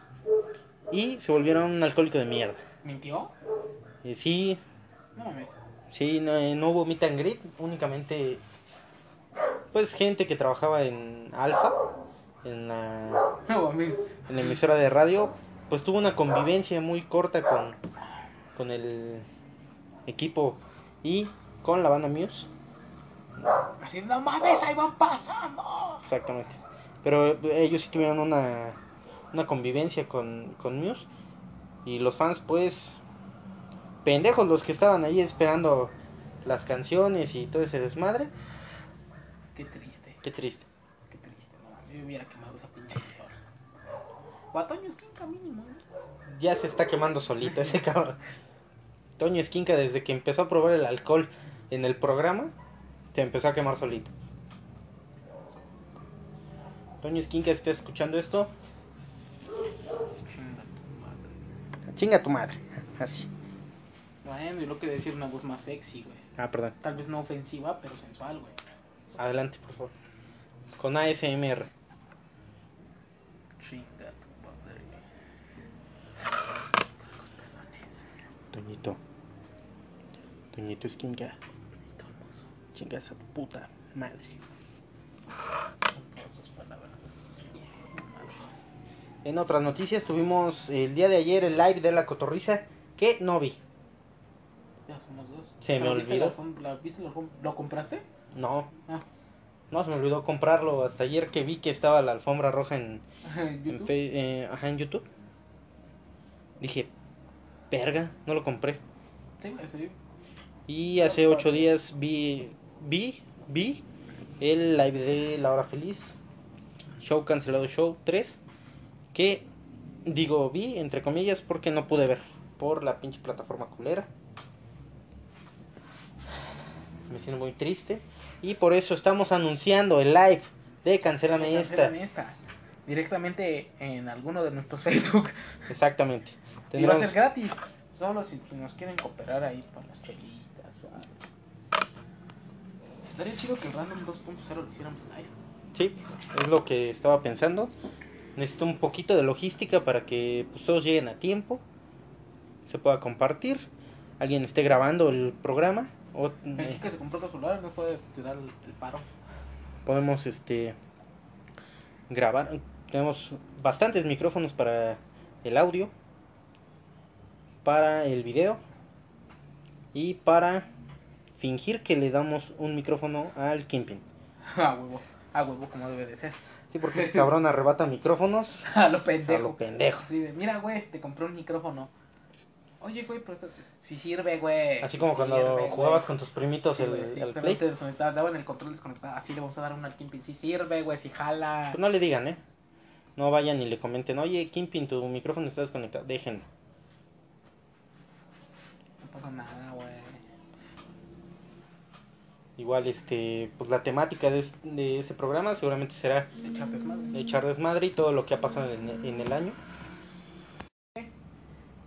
y se volviera un alcohólico de mierda. ¿Mintió? Eh, sí, No mames. Sí, no, eh, no hubo meet and greet, únicamente pues gente que trabajaba en Alfa en la, No mames. en la emisora de radio, pues tuvo una convivencia muy corta con, con el equipo y con la banda Muse. Así, no mames, ahí van pasando. Exactamente. Pero eh, ellos sí tuvieron una, una convivencia con, con Muse. Y los fans, pues, pendejos los que estaban ahí esperando las canciones y todo ese desmadre. Qué triste, Qué triste. qué triste. No, mames, yo hubiera quemado esa pinche emisora. Batoño es quinca mínimo. ¿no? Ya se está quemando solito ese cabrón. Toño Esquinca, desde que empezó a probar el alcohol en el programa, se empezó a quemar solito. Toño Esquinca, si está escuchando esto, Chinga tu madre. chinga tu madre. Así. Bueno, yo lo quería decir una voz más sexy, güey. Ah, perdón. Tal vez no ofensiva, pero sensual, güey. Adelante, por favor. Con ASMR. Chinga tu madre. Con los pezones. Toñito. Toñito Esquinca, Bonito, hermoso. chingas a tu puta madre. Con sus palabras así, chingas a tu madre. En otras noticias, tuvimos el día de ayer el live de la cotorriza que no vi. Ya somos dos. Se me Pero ¿viste olvidó. la alfom- la- ¿Viste la alfom- ¿Lo compraste? No. Ah. No, se me olvidó comprarlo hasta ayer que vi que estaba la alfombra roja en, en, YouTube. Fe- eh, ajá, en YouTube. Dije, verga, no lo compré. Sí, güey, sí. Y hace ocho días vi, vi, vi el live de La Hora Feliz, show cancelado, show 3, que digo vi, entre comillas, porque no pude ver por la pinche plataforma culera. Me siento muy triste y por eso estamos anunciando el live de Cancélame esta. Cancélame esta. Directamente en alguno de nuestros Facebooks. Exactamente. Y va a Tendremos- ser gratis. Solo si nos quieren cooperar ahí para las chelitas o algo. Estaría chido que el Random 2.0 lo hiciéramos live. Sí, es lo que estaba pensando. Necesito un poquito de logística para que pues, todos lleguen a tiempo, se pueda compartir, alguien esté grabando el programa, o El eh, Kike se compró otro celular, no puede tirar el, el paro. podemos este grabar. Tenemos bastantes micrófonos para el audio, para el video y para fingir que le damos un micrófono al Kimpin. A huevo, a huevo como debe de ser. Sí, porque ese cabrón arrebata micrófonos A lo a pendejo. lo pendejo. Así de, mira, güey, te compré un micrófono. Oye, güey, pero esto- si sirve, güey. Así como sí cuando sirve, jugabas güey. con tus primitos Sí, el, güey, sí, al pero Play. te desconectaba, daban el control desconectado. Así le vamos a dar un al Kingpin. Si sirve, güey, si jala. Pues no le digan, ¿eh? No vayan y le comenten, oye, Kimpin, tu micrófono está desconectado. Déjenlo. No pasa nada, güey. Igual, este, pues la temática de, es- de ese programa seguramente será Echar desmadre. echar desmadre y todo lo que ha pasado en, e, en el año.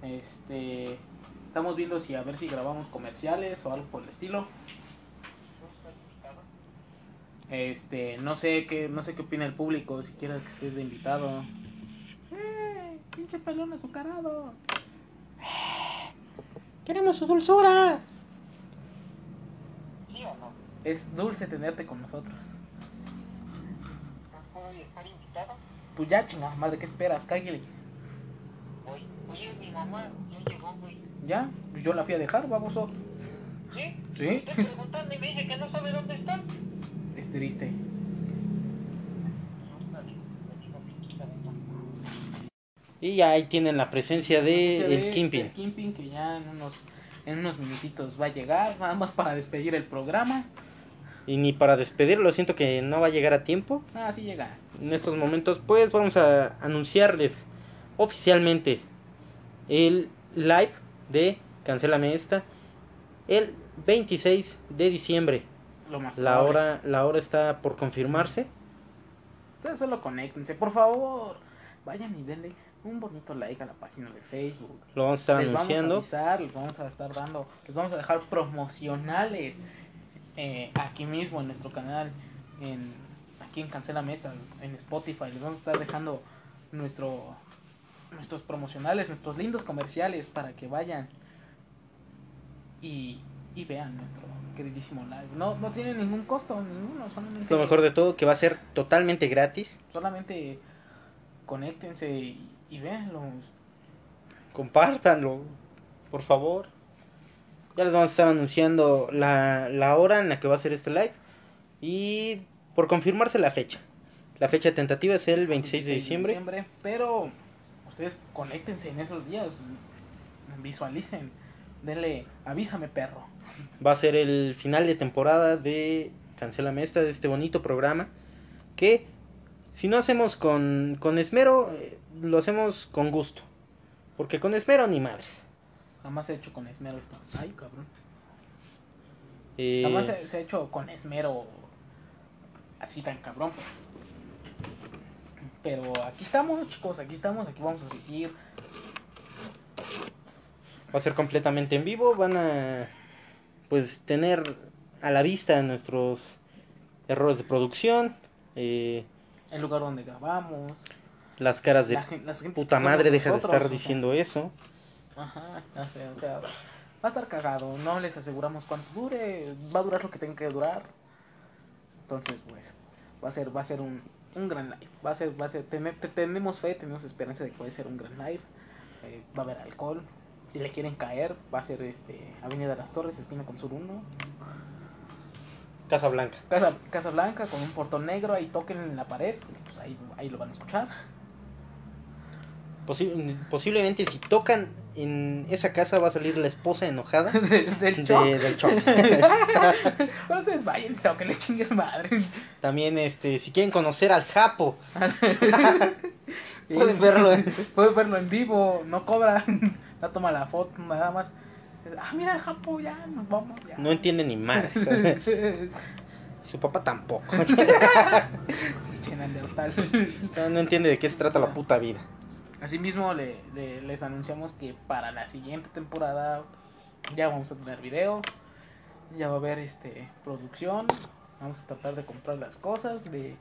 Este. Estamos viendo si a ver si grabamos comerciales o algo por el estilo. Este, no sé qué, no sé qué opina el público, si quiera que estés de invitado. ¡Eh! ¡Pinche pelón azucarado! ¡Queremos su dulzura! ¿Sí o no? Es dulce tenerte con nosotros. ¿No puedo estar invitado? Pues ya, chingada madre, ¿qué esperas? Cáguile. Oye, oye, mi mamá no llegó, güey. Ya, yo la fui a dejar, baboso. ¿Sí? Sí, Estoy preguntando y me dice que no sabe dónde están. es triste. Y ya ahí tienen la presencia de Noticia el Kimpin. El Kimpin que ya en unos, en unos minutitos va a llegar, nada más para despedir el programa. Y ni para despedirlo, siento que no va a llegar a tiempo. Ah, sí llega. en estos momentos, pues vamos a anunciarles oficialmente el live de Cancélame esta el 26 de diciembre. Lo más La probable. hora, la hora está por confirmarse. Ustedes solo conéctense, por favor. Vayan y denle un bonito like a la página de Facebook. Lo vamos a estar les anunciando. vamos a avisar, les vamos a estar dando, les vamos a dejar promocionales eh, aquí mismo en nuestro canal, en aquí en Cancela Mestas, en Spotify, les vamos a estar dejando nuestro nuestros promocionales, nuestros lindos comerciales para que vayan y y vean nuestro queridísimo live. No, no tiene ningún costo, ninguno, solamente, Lo mejor de todo, que va a ser totalmente gratis. solamente conéctense y, y véanlo. Compártanlo, por favor. Ya les vamos a estar anunciando la, la hora en la que va a ser este live. Y por confirmarse la fecha. La fecha tentativa es el 26 de diciembre. Pero ustedes conéctense en esos días, visualicen, denle, avísame perro. Va a ser el final de temporada de Cancélame esta, de este bonito programa. Que si no hacemos con, con esmero, eh, lo hacemos con gusto. Porque con esmero ni madres. Jamás he hecho con esmero esto. Ay, cabrón. Eh, Jamás se, se ha hecho con esmero así tan cabrón. pues. Pero aquí estamos, chicos, aquí estamos, aquí vamos a seguir. va a ser completamente en vivo, van a pues tener a la vista nuestros errores de producción, eh, El lugar donde grabamos. las caras de la gen- las gentes puta que somos madre deja de nosotros, o estar sea, diciendo eso. Ajá, o sea, o sea, va a estar cagado. No les aseguramos cuánto dure. Va a durar lo que tenga que durar. Entonces, pues, va a ser, va a ser un, un gran live. Va a ser, va a ser, tene- te- tenemos fe, tenemos esperanza de que va a ser un gran live. Eh, va a haber alcohol. Si le quieren caer, va a ser este Avenida de las Torres, esquina con sur 1. Casa Blanca. Casa, Casa Blanca con un portón negro, ahí toquen en la pared, pues ahí, ahí lo van a escuchar. Posi- posiblemente si tocan en esa casa va a salir la esposa enojada del, del de- shock. del choque. Pero ustedes vayan, que le chingues madre. También este si quieren conocer al Japo, Sí, pueden verlo. ¿eh? en- Puedes verlo en vivo, no cobra, no toma la foto, nada más. Ah, mira el Japo, ya, nos vamos, ya. No entiende ni madre. o sea, Su papá tampoco. Che, neandertal. No, no entiende de qué se trata la puta vida. Asimismo, le, le- les anunciamos que para la siguiente temporada ya vamos a tener video, ya va a haber este producción, vamos a tratar de comprar las cosas, de,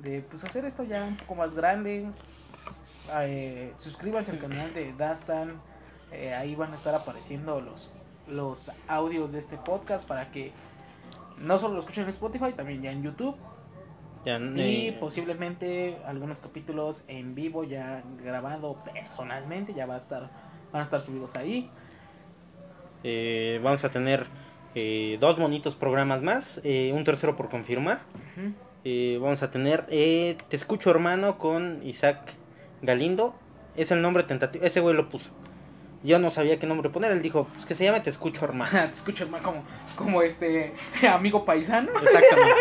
de pues hacer esto ya un poco más grande. Eh, suscríbanse al canal de Dastan, eh, ahí van a estar apareciendo los, los audios de este podcast para que no solo lo escuchen en Spotify, también ya en YouTube. Ya, Y eh, pues. posiblemente algunos capítulos en vivo ya grabado personalmente, ya va a estar, van a estar subidos ahí. Eh, vamos a tener eh, dos bonitos programas más, eh, un tercero por confirmar. Ujú. Eh, vamos a tener eh, Te escucho hermano con Isaac Galindo. Es el nombre tentativo, ese güey lo puso. Yo no sabía qué nombre poner, él dijo, pues que se llame Te escucho hermano. Te escucho hermano, como, como este amigo paisano, Exactamente.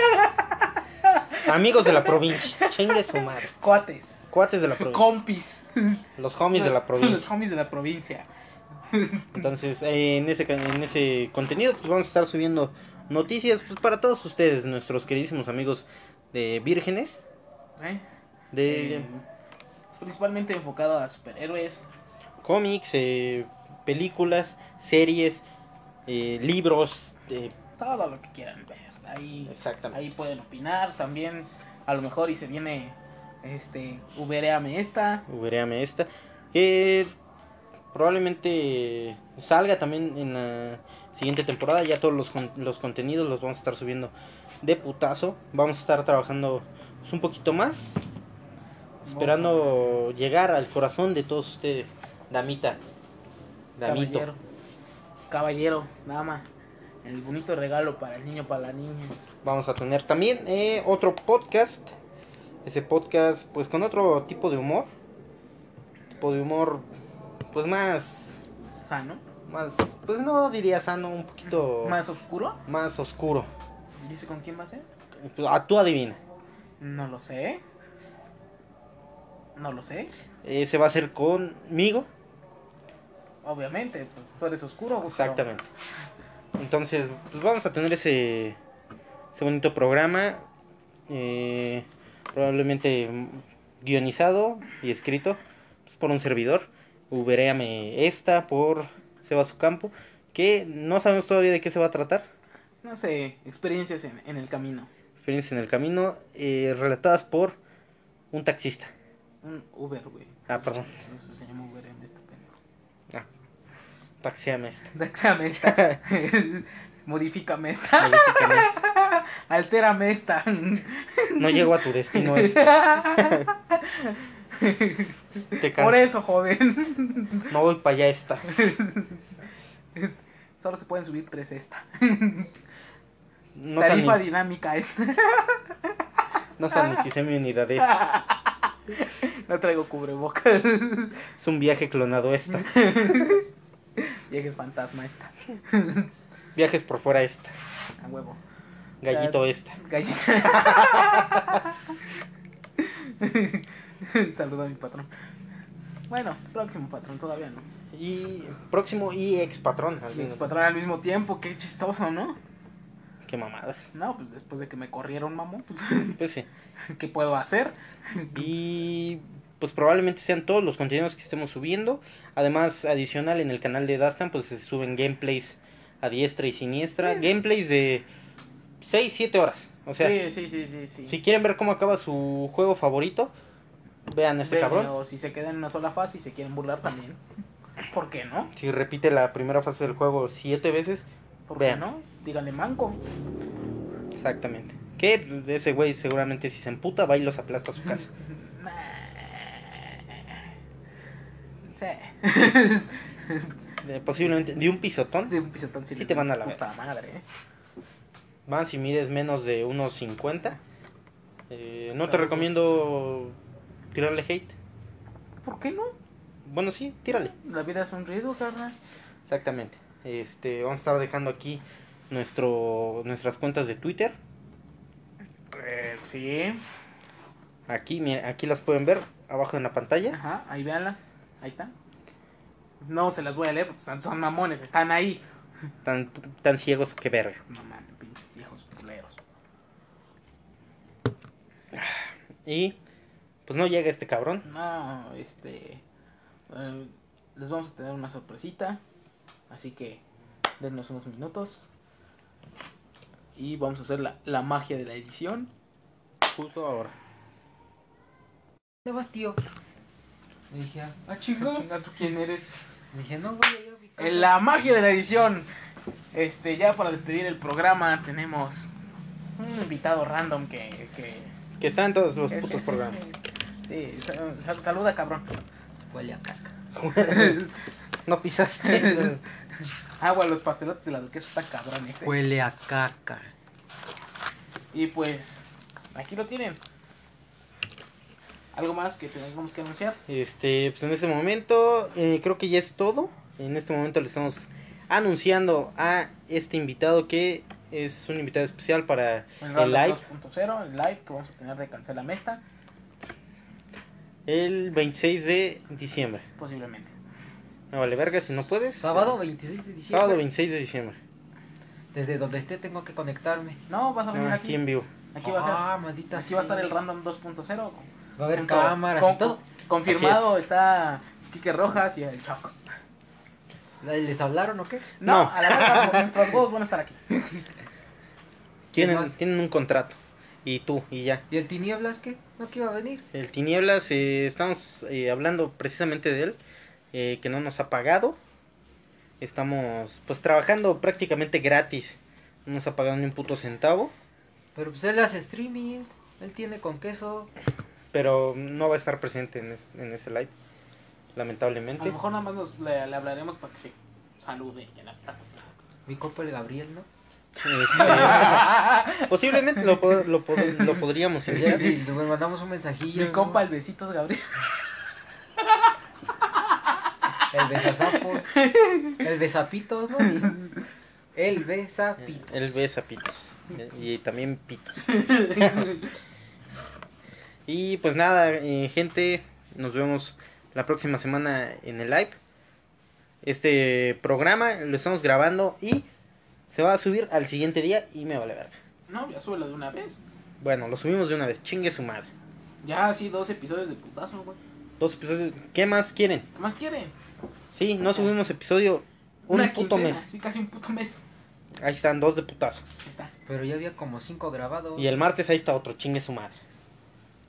Amigos de la provincia, chingue su madre. cuates, Cuates de la provincia, compis, los homies de la los provincia. homies de la provincia. Entonces, eh, en, ese, ca- en ese contenido, pues vamos a estar subiendo noticias pues, para todos ustedes, nuestros queridísimos amigos de vírgenes. ¿eh? de Eh, principalmente enfocado a superhéroes, cómics, eh, películas, series, eh, libros. eh, todo lo que quieran ver. Ahí, exactamente. ahí pueden opinar también, a lo mejor y se viene este Ubereame esta. Uberéame esta. Que probablemente salga también en la siguiente temporada. Ya todos los, con- los contenidos los vamos a estar subiendo de putazo. Vamos a estar trabajando pues, un poquito más. Esperando llegar al corazón de todos ustedes. Damita. Damito. Caballero. Caballero, dama. El bonito regalo para el niño, para la niña. vamos a tener también eh, otro podcast ese podcast pues con otro tipo de humor tipo de humor pues más Sano. más pues no diría sano un poquito Más oscuro. más oscuro Dice con quién va a ser. Ah, tú adivina No lo sé. No lo sé. ese Eh, va a ser conmigo Obviamente, pues, tú eres oscuro. güey, pero- exactamente entonces pues vamos a tener ese ese bonito programa eh, probablemente mm, guionizado y escrito pues, por un servidor. Uberéame esta por Sebas Campo, que no sabemos todavía de qué se va a tratar. No sé, experiencias en, en el camino. Experiencias en el camino eh, relatadas por un taxista. Un Uber, güey. Ah, perdón. Eso se llama Uber en este pendejo. Ah. Taxéame esta. Dáxame esta. Modifícame esta. Modifícame esta. Altérame esta. No llego a tu destino. es- te Por canso. eso, joven. No voy para allá esta. Solo se pueden subir tres esta. No se, Tarifa Ah. ani- dinámica esta. no se aniquice mi unidad esta. No traigo cubrebocas. Es un viaje clonado esta. Llegues fantasma esta. Viajes por fuera esta. A huevo. Gallito esta. Gallina. Saludo a mi patrón. Bueno, próximo patrón, todavía no. Y próximo y ex patrón. al Y menos. ex patrón al mismo tiempo, qué chistoso, ¿no? Qué mamadas. No, pues después de que me corrieron, mamón, pues, Pues sí. ¿qué puedo hacer? Y pues probablemente sean todos los contenidos que estemos subiendo. Además, adicional en el canal de Dastan, pues se suben gameplays a diestra y siniestra. Gameplays de 6, 7 horas. O sea, sí, sí, sí, sí. si quieren ver cómo acaba su juego favorito, vean a este Ven, cabrón. O si se quedan en una sola fase y se quieren burlar también. ¿Por qué no? Si repite la primera fase del juego 7 veces, ¿Por Vean. qué no? Díganle manco. exactamente. Que ese güey seguramente si se emputa va y los aplasta a su casa. Sí. Eh, Posiblemente de un pisotón. De un pisotón si Sí les te van dices, a la puta madre. ¿eh? Van si mides menos de unos 50. Eh, no te Salud. recomiendo tirarle hate. ¿Por qué no? Bueno, sí, tírale. La vida es un riesgo, carnal. Exactamente. Este, vamos a estar dejando aquí nuestro, nuestras cuentas de Twitter. Eh, sí. Aquí, mira, aquí las pueden ver abajo en la pantalla. Ajá, ahí véanlas. Ahí están. No se las voy a leer porque son, son mamones, están ahí. Tan, tan ciegos que verga. Mamá, pinches viejos culeros. Y pues no llega este cabrón. No, este. eh, les vamos a tener una sorpresita. Así que denos unos minutos. Y vamos a hacer la, la magia de la edición. Justo ahora. ¿Dónde vas, tío? Le dije, ah, chico. Chinga, ¿tú quién eres? Le dije, no, voy a ir a mi casa. En la magia de la edición. Este, ya para despedir el programa tenemos un invitado random que. que Que están todos los putos programas. sí, sal- sal- saluda cabrón. Huele a caca. no pisaste. Agua, Ah, los pastelotes de la duquesa está cabrón ese. Huele a caca. Y pues, aquí lo tienen. ¿Algo más que tengamos que anunciar? Este, pues en este momento eh, creo que ya es todo. En este momento le estamos anunciando a este invitado que es un invitado especial para El, el live 2.0, el live que vamos a tener de Cancela Mesta, el 26 de diciembre. posiblemente. Me vale verga si no puedes. Sábado 26 de diciembre. Sábado 26 de diciembre. Desde donde esté tengo que conectarme. No, vas a venir No, aquí. Ah, aquí en vivo. Aquí va a ser. Ah, maldita Aquí va a estar sea. el Random 2.0. Va a haber junto- cámaras con- y todo. Confirmado está Quique Rojas y el Choco. ¿Les hablaron o qué? No, No. a la larga por nuestros huevos van a estar aquí. ¿Quién Tienen, más? tienen un contrato. Y tú, y ya. ¿Y el Tinieblas qué? ¿No que iba a venir? El Tinieblas, eh, estamos eh, hablando precisamente de él, eh, que no nos ha pagado. Estamos pues trabajando prácticamente gratis. No nos ha pagado ni un puto centavo. Pero pues él hace streamings. Él tiene con queso. pero no va a estar presente en, es- en ese live, A lamentablemente. lo mejor nada más nos, le, le hablaremos para que se salude. y a la- Mi copa el Gabriel, ¿no? Este, posiblemente lo, pod- lo, pod- lo podríamos Pero Pues ya invitar. si nos mandamos un mensajillo. Mi ¿no? compa el Besitos Gabriel. El besazapos. El besapitos, ¿no? El besapitos. Él besa pitos eh, y también pitos. Y pues nada, eh, gente, nos vemos la próxima semana en el live. Este programa lo estamos grabando y se va a subir al siguiente día y me vale verga. No, ya súbelo de una vez. Bueno, lo subimos de una vez, chingue su madre. Ya así dos episodios de putazo, güey. Dos episodios, ¿qué más quieren? ¿Qué más quieren? Sí, no subimos episodio un Una puto quincena, mes. Sí, casi un puto mes. Ahí están dos de putazo. Ahí está. Pero ya había como cinco grabados. Y el martes ahí está otro, chingue su madre.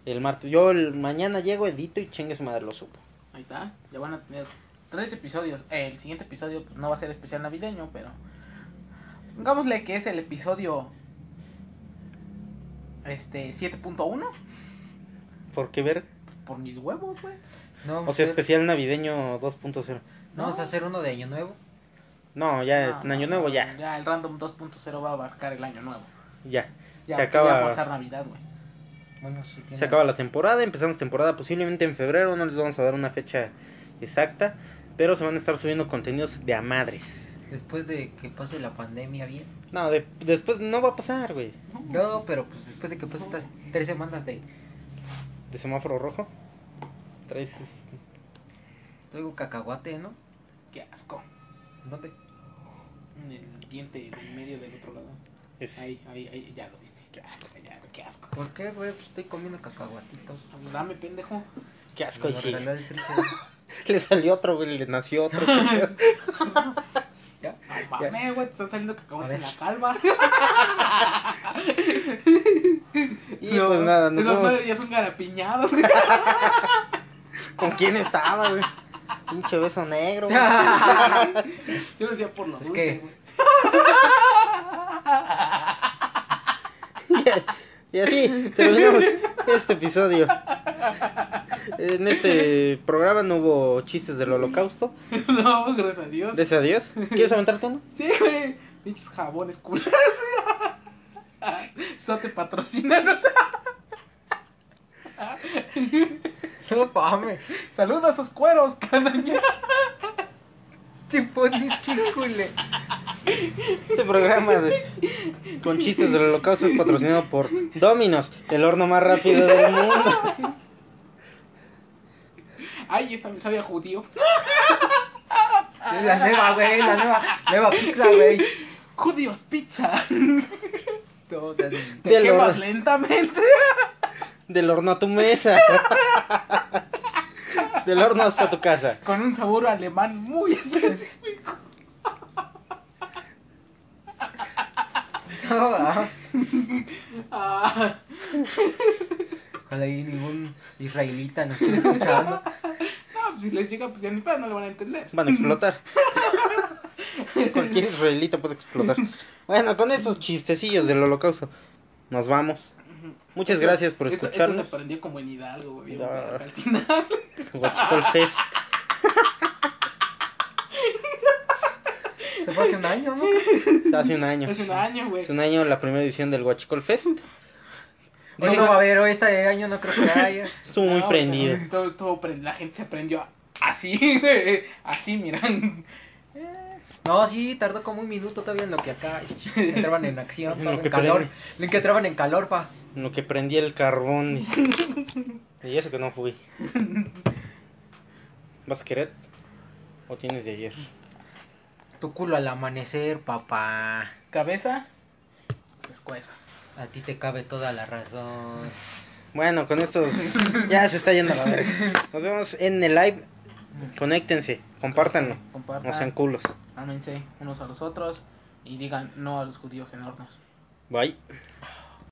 El martes, yo el mañana llego, edito y chingue su madre lo supo. Ahí está. Ya van a tener tres episodios. El siguiente episodio pues, no va a ser especial navideño, pero. Pongámosle que es el episodio. Este, 7.1. Porque ver. Por mis huevos, güey. No, vamos O a sea, hacer- especial navideño 2.0. no vamos a hacer uno de Año Nuevo. No, ya, No, en Eh, año Ah, no, nuevo no, ya. Ya el Random 2.0 va a abarcar el año nuevo. Ya. Ya, se porque ya va a acaba. pasar Navidad, güey. Bueno, sí tiene- Se acaba la temporada, empezamos temporada posiblemente en febrero, no les vamos a dar una fecha exacta, pero se van a estar subiendo contenidos de a madres. Después de que pase la pandemia bien. No, de- después no va a pasar, güey. No, pero pues después de que pase estas tres semanas de De semáforo rojo. Traes traigo cacahuate, ¿no? Qué asco. ¿Dónde? En El diente del medio del otro lado. es- Ahí, ahí, ahí, ya lo diste. Qué asco. Ya, qué asco. ¿Por qué, güey? Pues estoy comiendo cacahuatitos. Dame, pendejo. Qué asco, y Me lo sí. regaló el freezer. Le salió otro, güey, le nació otro. Ya. No mames, güey, te están saliendo A cacahuates ver. en la calva. y pues nada, nos Esas vemos. madres ya son garapiñados. ¿Con quién estaba, güey? Pinche beso negro. güey. Ah. Yo lo decía por lo Es dulce, que- güey. Y así terminamos este episodio. En este programa no hubo chistes del holocausto. No, pues, gracias a Dios. Desea Dios. ¿Quieres aventarte uno? Sí, güey. Pinches jabones culeros. Sote patrocínanos. No mames. Saludos a esos cueros, canaña. Chiponis, chicule. Este programa de- con chistes del holocausto es patrocinado por Dominos, el horno más rápido del mundo. Ay, esta me sabía judío. Es la nueva, güey. La nueva, nueva pizza, güey. Judíos pizza. No, o sea, Te Del quemas horno. lentamente. Del horno a tu mesa. Del horno hasta tu casa. Con un sabor alemán muy específico. no, ah. Ah, Ojalá y ningún israelita nos esté escuchando. no, pues si les llega, pues ya ni pedo, no lo van a entender. Van a explotar. Cualquier israelita puede explotar. Bueno, con esos chistecillos del holocausto, nos vamos. Muchas gracias por Esto- Esto, escucharnos. se aprendió como en Hidalgo, güey. bien No. verga, Al final. Guachicol Fest. Se fue hace un año, ¿no? Hace un año. Hace un año, güey. Hace un año la primera edición del Guachicol Fest. No, no va a haber, o este año no creo que haya. Estuvo muy Ah, No, prendido. pero todo- todo pre- la gente se prendió así, güey. Así, miran. No, sí, tardó como un minuto todavía en lo que acá entraban en acción, En pa, lo en que calor. prende. En que entraban en calor, pa. En lo que prendí el carbón, dice. Y eso que no fui. ¿Vas a querer? ¿O tienes de ayer? Tu culo al amanecer, papá. Cabeza, pescuezo. A ti te cabe toda la razón. Bueno, con estos ya se está yendo la verga. Nos vemos en el live. Conéctense, compártanlo. No sean Compartan, culos. ámense unos a los otros y digan no a los judíos en hornos. Bye.